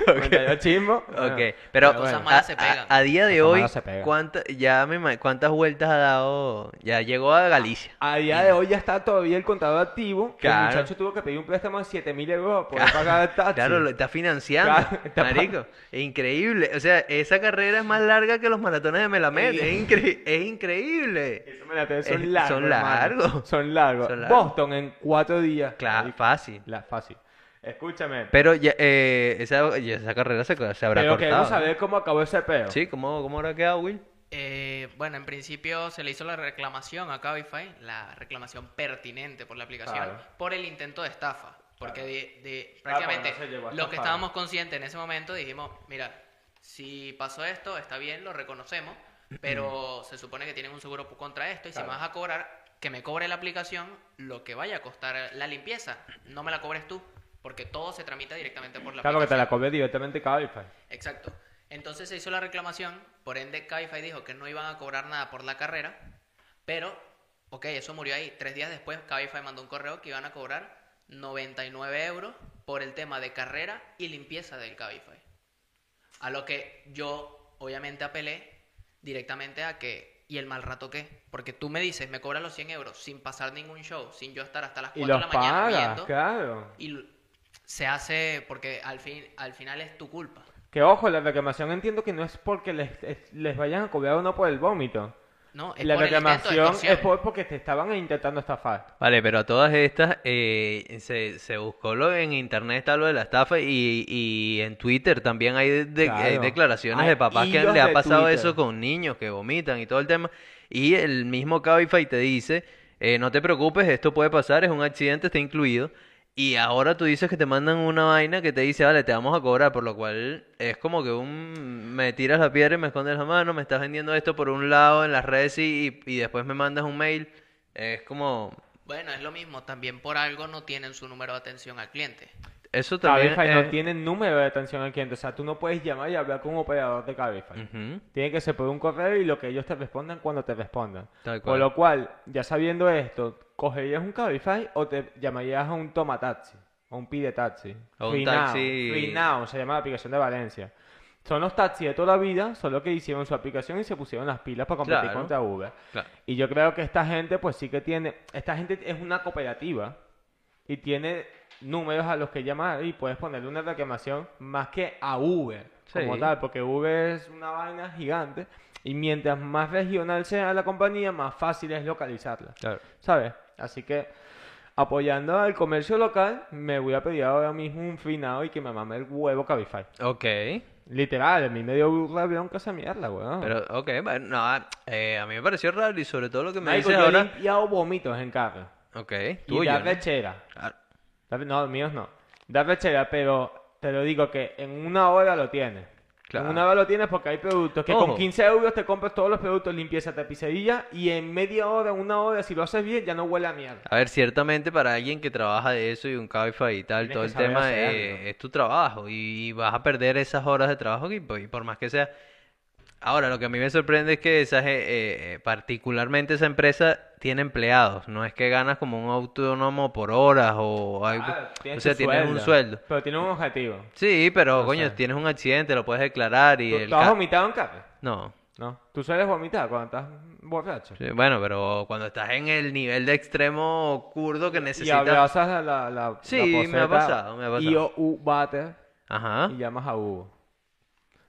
D: ok.
E: Yo chismo.
D: Ok,
E: bueno,
D: pero
E: bueno.
D: a-
C: malas se
D: a,
C: pegan.
D: a día de
E: Cosas
D: hoy,
E: malas se pegan.
D: ¿cuánta- ya me ima- ¿cuántas vueltas ha dado? Ya llegó a Galicia.
E: A día de hoy ya está todavía el contador activo. que
D: Claro.
E: El muchacho tuvo que pedir un préstamo de 7 mil euros para poder pagar el taxi.
D: Claro, lo está financiando,
E: Ah, Claro, está pa-
D: marico. Increíble. O sea, esa carrera es más larga que los maratones de Melamed. Es, incre- es increíble.
E: Esos maratones
D: Eh,
E: son largos.
D: son
E: hermano.
D: largos.
E: Son largos.
D: Son largos.
E: Boston en cuatro días.
D: Claro,
E: Marico,
D: fácil.
E: La fácil. Escúchame.
D: Pero ya, eh, esa, ya esa carrera se, se habrá
E: pero
D: cortado.
E: queremos saber cómo acabó ese peo.
D: Sí, ¿cómo, cómo habrá quedado, Will?
C: Eh, bueno, en principio se le hizo la reclamación a Cabify, la reclamación pertinente por la aplicación,
E: Claro.
C: por el intento de estafa. Porque de, de-
E: Ah, porque
C: prácticamente
E: no se llegó a
C: los que
E: estafar.
C: estábamos conscientes en ese momento dijimos, mira, si pasó esto, está bien, lo reconocemos,
E: Mm.
C: pero se supone que tienen un seguro contra esto y si me vas a cobrar, que me cobre la aplicación lo que vaya a costar la limpieza, no me la cobres tú, porque todo se tramita directamente por la
E: Claro que te
C: aplicación.
E: la cobré directamente Cabify.
C: Exacto. Entonces se hizo la reclamación, por ende Cabify dijo que no iban a cobrar nada por la carrera, pero, ok, eso murió ahí. Tres días después Cabify mandó un correo que iban a cobrar 99 euros por el tema de carrera y limpieza del Cabify. A lo que yo obviamente apelé directamente a que, ¿y el mal rato qué? Porque tú me dices, me cobras los 100 euros sin pasar ningún show, sin yo estar hasta las 4
E: Y
C: de
E: los
C: la mañana
E: pagas,
C: viendo,
E: claro.
C: y l- se hace porque al, fin, al final es tu culpa.
E: Que ojo, la reclamación entiendo que no es porque les, es- les vayan a cobrar o no por el vómito.
C: No, es
E: La
C: por el intento de
E: reclamación es
C: extorsión.
E: por- porque te estaban intentando estafar.
D: Vale, pero a todas estas eh, se, se buscó lo en internet está lo de la estafa y, y en Twitter también hay, de- de-
E: Claro.
D: hay declaraciones
E: Hay
D: de papás que
E: hilos
D: le ha
E: de
D: pasado
E: Twitter.
D: eso con niños que vomitan y todo el tema y el mismo Cabify te dice eh, no te preocupes esto puede pasar es un accidente está incluido y ahora tú dices que te mandan una vaina que te dice vale te vamos a cobrar por lo cual es como que un me tiras la piedra y me escondes la mano me estás vendiendo esto por un lado en las redes y, y, y después me mandas un mail es como
C: Bueno, es lo mismo. También por algo no tienen su número de atención al cliente.
D: Eso también
E: Cabify
D: es-
E: no tiene número de atención al cliente. O sea, tú no puedes llamar y hablar con un operador de Cabify.
D: Ujú.
E: Tiene que ser por un correo y lo que ellos te respondan cuando te respondan.
D: Tal
E: Con
D: cual.
E: lo cual, ya sabiendo esto, ¿cogerías un Cabify o te llamarías a un Toma Taxi? O un Pide Taxi.
D: O un
E: Free Now,
D: taxi-
E: Free Now, se llama la aplicación de Valencia. Son los taxis de toda la vida, solo que hicieron su aplicación y se pusieron las pilas para competir
D: Claro.
E: contra Uber.
D: Claro.
E: Y yo creo que esta gente, pues sí que tiene. Esta gente es una cooperativa y tiene números a los que llamar y puedes ponerle una reclamación más que a Uber como
D: Sí.
E: tal, porque Uber es una vaina gigante y mientras más regional sea la compañía, más fácil es localizarla, ¿sabes? Así que apoyando al comercio local, me voy a pedir ahora mismo un finado y que me mame el huevo Cabify.
D: Ok.
E: Ah. Literal, a mí me dio burla bronca esa mierda, weón.
D: Pero, ok, bueno, no, ah, eh, a mí me pareció raro y sobre todo lo que me
E: Marico,
D: dices
E: yo he
D: ahora.
E: limpiado vómitos en carro.
D: Ok,
E: Y
D: tuyo.
E: da
D: ¿no?
E: rechera.
D: Claro.
E: Da- No, míos no. Da rechera, pero te lo digo que en una hora lo tienes.
D: Claro.
E: En una hora lo tienes porque hay productos que con
D: Ojo.
E: 15 euros te compras todos los productos, limpieza, tapicería y en media hora, una hora, si lo haces bien, ya no huele a mierda.
D: A ver, ciertamente para alguien que trabaja de eso y un Cabify y tal,
E: Tienes
D: todo
E: que
D: el
E: saber
D: tema
E: hacer
D: eh,
E: algo.
D: es tu trabajo y vas a perder esas horas de trabajo y, pues, y por más que sea. Ahora, lo que a mí me sorprende es que esa, ge- eh, eh, particularmente esa empresa tiene empleados, no es que ganas como un autónomo por horas o algo.
E: Claro,
D: o
E: tienes
D: sea,
E: tu
D: tienes un sueldo.
E: Pero tiene un objetivo.
D: Sí, pero
E: No
D: coño,
E: sé.
D: tienes un accidente, lo puedes declarar y
E: ¿Tú,
D: el
E: tú has
D: ca-
E: vomitado en carro?
D: No.
E: No. ¿Tú sueles vomitar cuando estás borracho?
D: Sí, bueno, pero cuando estás en el nivel de extremo kurdo que
E: Y
D: necesitas.
E: abrazas a la, la,
D: Sí,
E: la
D: me ha
E: poseta
D: pasado, me ha
E: Y
D: pasado.
E: o- u- bate
D: Ajá.
E: y llamas a Hugo.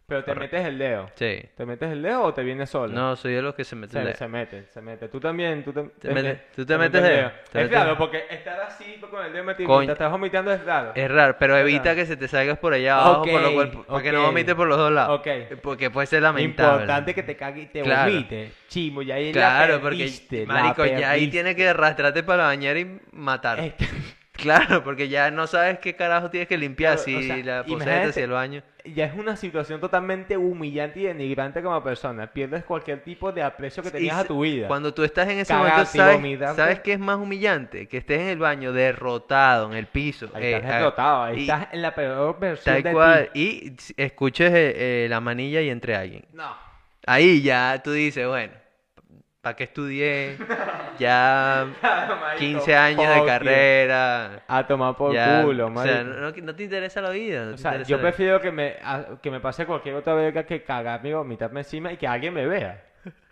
E: Pero te
D: Correcto.
E: metes el dedo.
D: Sí.
E: ¿Te metes el dedo o te vienes solo?
D: No, soy de los que se meten
E: Se,
D: de-
E: se mete, se mete. Tú también, tú, tam-
D: Te mete-
E: me-
D: tú te metes
E: el
D: de-
E: dedo.
D: te
E: es
D: metes-
E: claro, porque estar así con el dedo metido
D: Coño.
E: mientras estás vomitando es raro.
D: Es raro, pero evita
E: Claro.
D: que se te salgas por allá abajo, por lo cual-
E: Ok,
D: para que no
E: ok.
D: vomites por los dos lados.
E: Ok.
D: Porque puede ser lamentable.
E: Importante que te cague y te
D: Claro.
E: vomite. Chimo, y ahí
D: Claro,
E: la perdiste,
D: porque,
E: la
D: marico, ya ahí
E: perdiste.
D: tienes que arrastrarte para la bañera y matar.
E: Este-
D: Claro, porque ya no sabes qué carajo tienes que limpiar,
E: Claro, o
D: si
E: sea,
D: la poseta, si
E: imagínate.
D: el baño.
E: Ya es una situación totalmente humillante y denigrante como persona. Pierdes cualquier tipo de aprecio que tenías
D: Y
E: a
D: se-
E: tu vida.
D: Cuando tú estás en ese
E: Cagarte
D: momento,
E: y
D: ¿sabes,
E: vomitarte.
D: ¿sabes qué es más humillante? Que estés en el baño derrotado, en el piso.
E: Ahí
D: eh,
E: estás
D: ah,
E: explotado, ahí
D: y
E: estás en la peor versión
D: tal
E: de
D: cual,
E: ti.
D: Y s-
E: <laughs>
D: escuches eh, eh, la manilla y entre alguien.
E: No.
D: Ahí ya tú dices, bueno, ¿Para
E: <laughs>
D: qué estudié? Ya 15 años de
E: Fuck you.
D: carrera.
E: A tomar por
D: ya,
E: culo,
D: o sea,
E: marico.
D: no, no te interesa la vida. no te
E: O sea,
D: interesa
E: yo
D: la-
E: prefiero que me, a- que me pase cualquier otra verga que cagarme y vomitarme encima y que alguien me vea.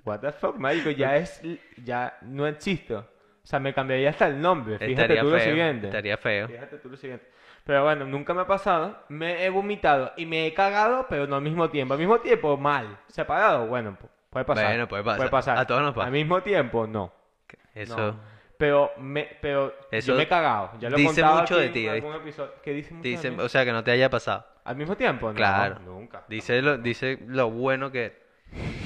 E: What the fuck, marico, ya es, ya no existo. O sea, me cambiaría hasta el nombre, fíjate
D: Estaría
E: tú lo
D: feo,
E: siguiente.
D: Estaría feo.
E: Fíjate tú lo siguiente. Pero bueno, nunca me ha pasado, me he vomitado y me he cagado, pero no al mismo tiempo. Al mismo tiempo, mal. Separado, bueno, pu- puede pasar.
D: Bueno, puede pasar. A todos nos pasa.
E: Al mismo tiempo, no.
D: Eso.
E: No. Pero, me, pero
D: Eso
E: yo me he cagado. Ya lo he
D: dice
E: contado
D: mucho
E: aquí
D: de
E: en
D: ti,
E: algún episodio. ¿Qué dice mucho de
D: Dice,
E: mí?
D: o sea, que no te haya pasado.
E: ¿Al mismo tiempo? No,
D: Claro.
E: Nunca.
D: Dice lo, dice lo bueno que eres.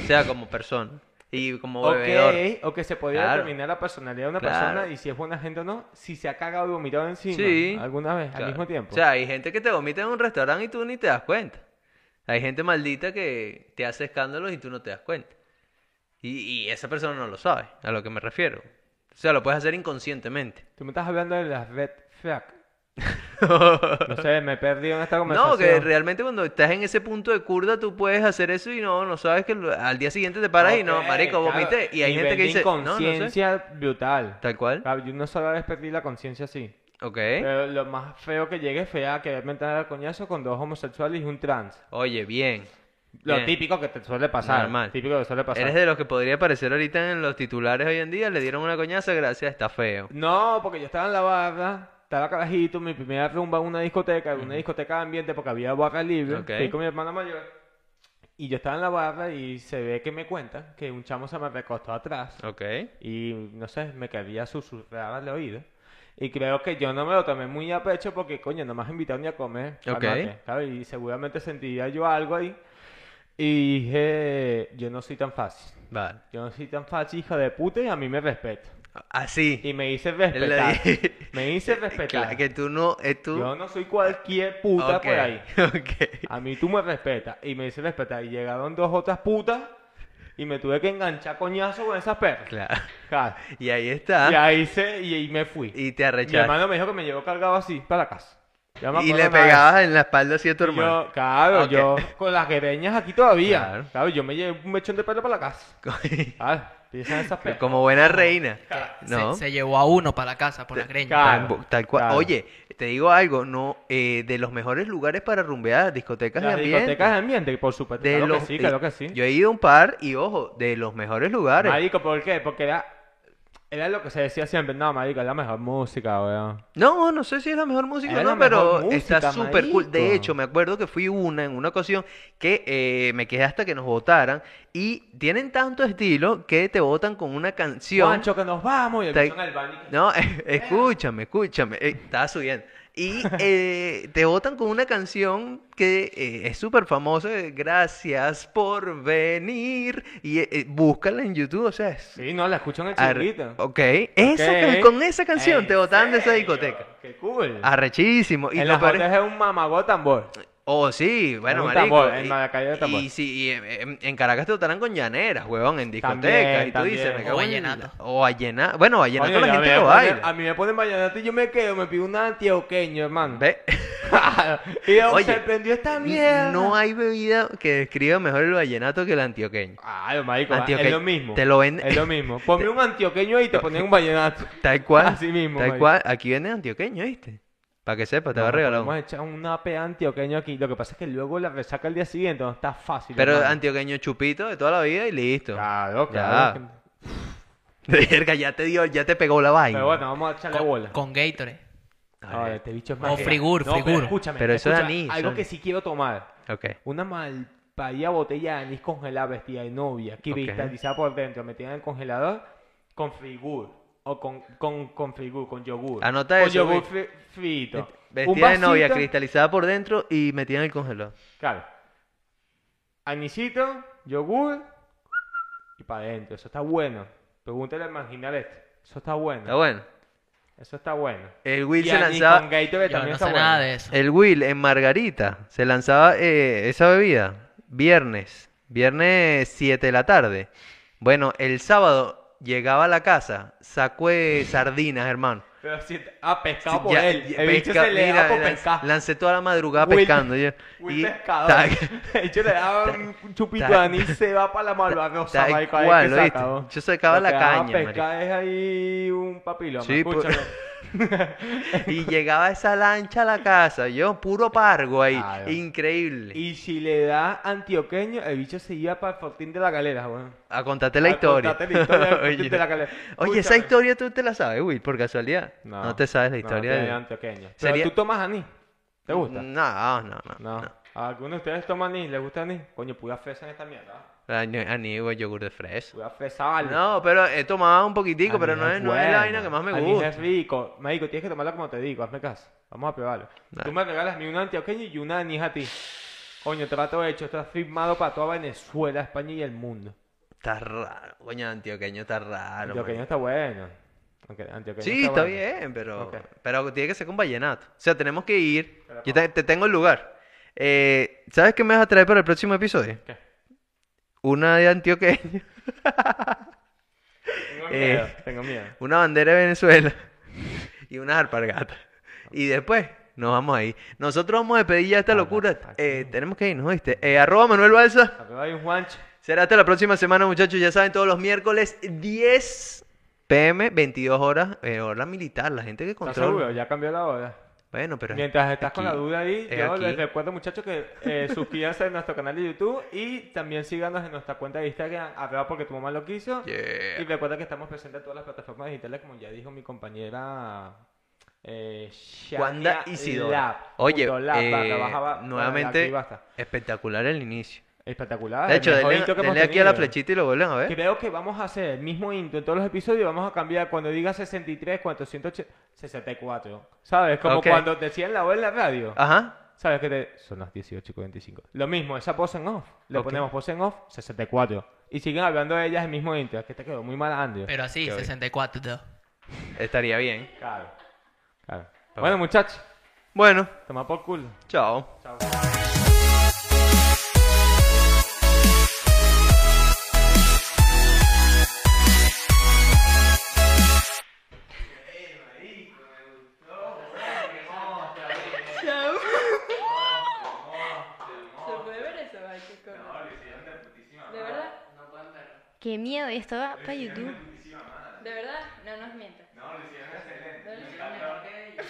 D: O sea como persona y como
E: Ok,
D: bebedor.
E: o que se podía
D: Claro.
E: determinar la personalidad de una
D: Claro.
E: persona y si es buena gente o no, si se ha cagado y vomitado encima
D: Sí.
E: alguna vez,
D: Claro.
E: al mismo tiempo.
D: O sea, hay gente que te vomita en un restaurante y tú ni te das cuenta. Hay gente maldita que te hace escándalos y tú no te das cuenta. Y, y esa persona no lo sabe, a lo que me refiero. O sea, lo puedes hacer inconscientemente.
E: Tú me estás hablando de las red
D: <laughs>
E: flag. No sé, me he perdido en esta conversación.
D: No, que realmente cuando estás en ese punto de curda tú puedes hacer eso y no, no sabes que lo- al día siguiente te paras y no,
E: Ok,
D: marico,
E: claro.
D: vomité. Y hay
E: Nivel
D: gente que
E: de
D: dice, no, no sé.
E: inconsciencia brutal.
D: Tal cual.
E: Claro, Yo una sola vez perdí la conciencia así.
D: Ok.
E: Pero lo más feo que llegué fue a quererme entrar al coñazo con dos homosexuales y un trans.
D: Oye, bien.
E: Lo
D: Bien.
E: típico que te suele pasar.
D: Normal.
E: Típico que suele pasar.
D: Eres de los que podría aparecer ahorita en los titulares hoy en día. Le dieron una coñaza, gracias, está feo.
E: No, porque yo estaba en la barra, estaba carajito, mi primera rumba en una discoteca, en una discoteca de ambiente porque había barra libre.
D: Ok.
E: Fui con mi hermana mayor. Y yo estaba en la barra y se ve que me cuenta que un chamo se me recostó atrás
D: Ok.
E: y no sé, me quería susurrar al oído. Y creo que yo no me lo tomé muy a pecho porque, coño, no me has invitado ni a comer.
D: Ok.
E: cálmate, ¿sabes? Y seguramente sentiría yo algo ahí. Y dije, yo no soy tan fácil.
D: Vale.
E: Yo no soy tan fácil, hija de puta, y a mí me respeto.
D: Así.
E: Y me hice
D: Él le
E: respetar.
D: di- <laughs>
E: Me hice respetar.
D: Claro, que tú no, es tú.
E: Yo no soy cualquier puta
D: Ok,
E: por ahí.
D: <laughs> Ok.
E: A mí tú me respetas. Y me hice respetar. Y llegaron dos otras putas. Y me tuve que enganchar coñazo con esas perras.
D: Claro.
E: Claro.
D: Y ahí está.
E: Y ahí se, y, y me fui.
D: Ah. Y te
E: Mi
D: arrechaste.
E: hermano me dijo que me llevó cargado así para la casa. Ya me
D: Y
E: acuerdo
D: le
E: una vez.
D: pegabas en la espalda así a tu
E: Y
D: hermano. <laughs>
E: Yo, claro,
D: Ok.
E: yo con las guereñas aquí todavía.
D: Claro.
E: Claro. yo me llevé un mechón de pelo para la casa. Claro, piensan esas perras.
D: Como buena reina.
C: Se-
D: No.
C: Se, llevó a uno para la casa por la greña.
E: Claro.
D: Tan bo- tal cual.
E: claro.
D: Oye, te digo algo, no, eh, de los mejores lugares para rumbear, discotecas de
E: Las
D: ambiente.
E: discotecas de ambiente, por supuesto.
D: De
E: claro
D: los,
E: que sí, claro que sí.
D: Yo he ido a un par y ojo, de los mejores lugares.
E: Marico, ¿por qué? Porque era, era lo que se decía siempre. No, marico, es la mejor música, weón.
D: No, no sé si es la mejor música o
E: Es
D: no,
E: la mejor
D: pero
E: música,
D: está súper cool. De
E: marico.
D: hecho, me acuerdo que fui una en una ocasión que eh, me quedé hasta que nos votaran y tienen tanto estilo que te votan con una canción.
E: Pancho, que nos vamos. Y el
D: Te-
E: bicho en el baño.
D: No, <laughs> escúchame, escúchame. Eh, estaba subiendo.
E: <laughs>
D: Y eh, te votan con una canción que eh, es súper famosa. eh, Gracias por venir. Y eh, eh, búscala en YouTube, o sea, es...
E: Sí, no, la escucho en el
D: ar-
E: chiquito.
D: Ok, esa
E: Ok.
D: can- con esa canción te
E: ¿En
D: botaban de esa
E: serio?
D: discoteca.
E: Qué cool.
D: Arrechísimo. Y
E: en
D: lo
E: las
D: peor es-
E: botas es un mamagó tambor.
D: Oh, sí, bueno,
E: un
D: marico.
E: tambor, en
D: y-
E: Maracaibo de tambor.
D: Y, sí, y en- en, en Caracas te votaran con llaneras, huevón, en discotecas.
E: También,
D: y tú dices,
E: también.
D: me
E: O
D: cago en
C: vallenato.
D: la- O vallenato. Bueno, vallenato
E: Coño,
D: la
E: ya
D: gente
E: me
D: lo
E: ponen-
D: baila.
E: A mí me ponen vallenato y yo me quedo, me pido un antioqueño, hermano.
D: Ve.
E: <laughs> y yo,
D: Oye,
E: se prendió esta
D: N-
E: ¡Ah, mierda.
D: No hay bebida que describa mejor el vallenato que el antioqueño.
E: Ay, marico,
D: Antioque-
E: es lo mismo.
D: te lo venden-
E: Es lo mismo. Ponme un antioqueño ahí y te ponen un vallenato.
D: Tal cual.
E: Así mismo,
D: Tal
E: marico.
D: cual. Aquí viene antioqueño, ¿viste? Para que sepas, te va a
E: Nos
D: regalar
E: podemos
D: uno.
E: echar un AP antioqueño aquí. Lo que pasa es que luego la resaca el día siguiente no está fácil.
D: Pero
E: hermano.
D: antioqueño chupito de toda la vida y listo.
E: Claro,
D: Ya.
E: claro.
D: <laughs> Verga, ya te dio, ya te pegó la vaina.
E: Pero bueno, vamos a echarle bola. Eh,
C: Con Gatorade.
D: A ver,
E: Ahora, este bicho es
C: O
E: más.
C: frigur,
E: no,
C: frigur.
E: Pero escúchame,
D: Pero eso es
E: escúchame,
D: anís,
E: Algo
D: son-
E: que sí quiero tomar.
D: Ok.
E: Una malpaía botella de anís congelada vestida de novia, que
D: Ok.
E: cristalizada por dentro, metida en el congelador, con frigur. O con, con, con frigur, con yogur.
D: Anota
E: con
D: eso,
E: yogur
D: Vic.
E: fri- frito. Un
D: Vestida de novia,
E: vasito-
D: cristalizada por dentro y metida en el congelador.
E: Claro. Anisito, yogur y para adentro. Eso está bueno. Pregúntale al marginal este. Eso está bueno.
D: Está bueno.
E: Eso está bueno.
D: El Will
E: Y
D: se
E: anís
D: lanzaba.
E: con Gatorade
C: Yo
E: también
C: no
E: está
C: sé
E: bueno.
C: nada de eso.
D: El Will en Margarita se lanzaba eh, esa bebida viernes, viernes 7 de la tarde. Bueno, el sábado llegaba a la casa, sacó eh, sardinas, hermano.
E: Pero si ah, pescado
D: Sí,
E: por
D: ya-
E: él.
D: ya-
E: El bicho
D: pesca-
E: se le da
D: mira,
E: por
D: lan-
E: pescar.
D: Lancé toda la madrugada
E: Will-
D: pescando. yo-
E: Will
D: y
E: pescado.
D: tal-
E: <laughs> El bicho le daba un un chupito de
D: tal-
E: anís se va para la malvanosa,
D: tal
E: marico. Ahí
D: cual,
E: que
D: ¿oíste?
E: acabó.
D: Yo sacaba
E: Lo
D: la
E: que daba
D: caña,
E: pescar es ahí un papiloma.
D: Sí, pues.
E: escúchame.
D: y llegaba esa lancha a la casa. Yo, puro pargo ahí.
E: Claro.
D: Increíble.
E: Y si le da antioqueño, el bicho se iba para el fortín de la galera, weón.
D: A contarte la historia.
E: Contate la
D: <laughs>
E: historia del
D: Oye.
E: Fortín de la galera.
D: Oye, esa
E: Escúchame.
D: historia tú te la sabes, Will, por casualidad. No, te sabes la historia.
E: no,
D: de-
E: de antioqueño. Pero
D: Sería-
E: tú tomas anís. ¿Te gusta?
D: No, no, no.
E: No.
D: no.
E: ¿A ¿Alguno de ustedes toma anís? ¿Les gusta anís? Coño, pura fresa en esta mierda.
D: Ani- Aníbal, yogur de fresa.
E: Pura fresa, vale.
D: No, pero he tomado un poquitico, pero
E: Anís
D: no es, no es
E: bueno.
D: la vaina que más me
E: Anís
D: gusta.
E: es rico. Marico, tienes que tomarlo como te digo, hazme caso. Vamos a probarlo.
D: Dale.
E: Tú me regalas a mí un antioqueño y una anís a ti. Coño, trato hecho. Está firmado para toda Venezuela, España y el mundo.
D: Está raro, coño, antioqueño está raro.
E: antioqueño
D: marico.
E: está bueno. Ok, antioqueño
D: Sí, está
E: bueno.
D: bien, pero,
E: Ok.
D: pero tiene que ser con vallenato. O sea, tenemos que ir.
E: Pero
D: Yo te, te tengo el lugar. Eh, ¿sabes qué me vas a traer para el próximo episodio?
E: ¿Qué?
D: Una de antioqueño,
E: Tengo
D: Eh.
E: miedo, tengo miedo.
D: una bandera de Venezuela <laughs> y unas alpargatas. Y después nos vamos ahí. Nosotros vamos a despedir ya esta
E: Ah,
D: locura. Eh, tenemos que irnos, ¿viste? Eh, arroba Manuel Balsa.
E: Acá hay un Juancho.
D: Será hasta la próxima semana, muchachos. Ya saben, todos los miércoles 10 pm, 22 horas, eh, hora militar, la gente que
E: ¿Estás
D: controla.
E: seguro? Ya cambió la hora.
D: Bueno, pero
E: Mientras estás con la
D: aquí-
E: duda ahí,
D: es
E: yo
D: aquí.
E: les recuerdo, muchachos, que
D: <laughs>
E: eh, suscríbanse a nuestro canal de YouTube y también síganos en nuestra cuenta de Instagram, arroba porque tu mamá lo quiso.
D: Yeah.
E: Y recuerda que estamos presentes en todas las plataformas digitales, como ya dijo mi compañera eh, Shania
D: Wanda Isidora.
E: Lab.
D: Oye,
E: Punto lab,
D: eh,
E: barra baja, ba-
D: nuevamente-
E: aquí basta.
D: espectacular el inicio.
E: Espectacular.
D: de
E: el
D: hecho,
E: mejor
D: denle,
E: intro que hemos
D: denle aquí a la
E: tenido.
D: flechita ¿eh? y lo vuelven a ver.
E: Creo que vamos a hacer el mismo intro en todos los episodios. Vamos a cambiar cuando diga 63, 480, 64. ¿Sabes? Como
D: Ok.
E: cuando decían la voz en la radio.
D: Ajá.
E: ¿Sabes qué te.? Son las 18.45. Lo mismo, esa pose en off. Le
D: Ok.
E: ponemos pose en off 64. Y siguen hablando de ellas el mismo intro. Que te quedó muy mal, Andrew.
C: Pero así,
D: Qué bien.
C: 64. tío.
D: Estaría bien.
E: Claro. Claro.
D: Papá.
E: Bueno, muchachos,
D: Bueno,
E: toma por culo.
D: chao.
E: Chao.
A: ¿Se puede ver eso? Ay, qué cosa. ¿De verdad?
B: Qué miedo, y esto va para YouTube.
A: ¿De verdad? No nos mientas. No, lo hicieron <laughs> excelente.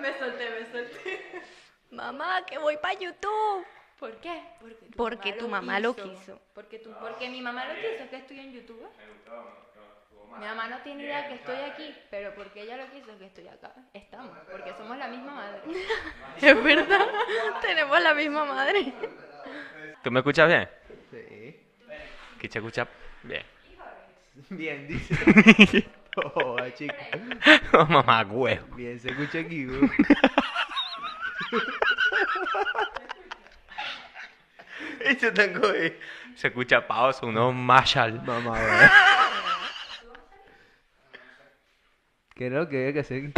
A: Me solté, me solté.
B: Mamá, que voy para YouTube.
A: ¿Por qué? Porque tu
B: Porque tu mamá lo quiso.
A: Porque, tu, porque mi mamá lo quiso, que estoy en YouTube. Mi mamá no tiene idea que estoy aquí, pero porque ella lo quiso, que estoy acá. Estamos, porque somos la misma madre.
B: <laughs> Es verdad, <laughs> tenemos la misma madre.
F: ¿Tú me escuchas bien?
D: Sí.
F: Que se escucha bien. <laughs>
D: Bien, dice. <laughs> Joda, chico.
F: Mamá, huevo.
D: Bien, se escucha aquí, Esto tan coge.
F: Se escucha pausa, unos mashal.
D: Mamá, ¿Qué era lo que había que hacer?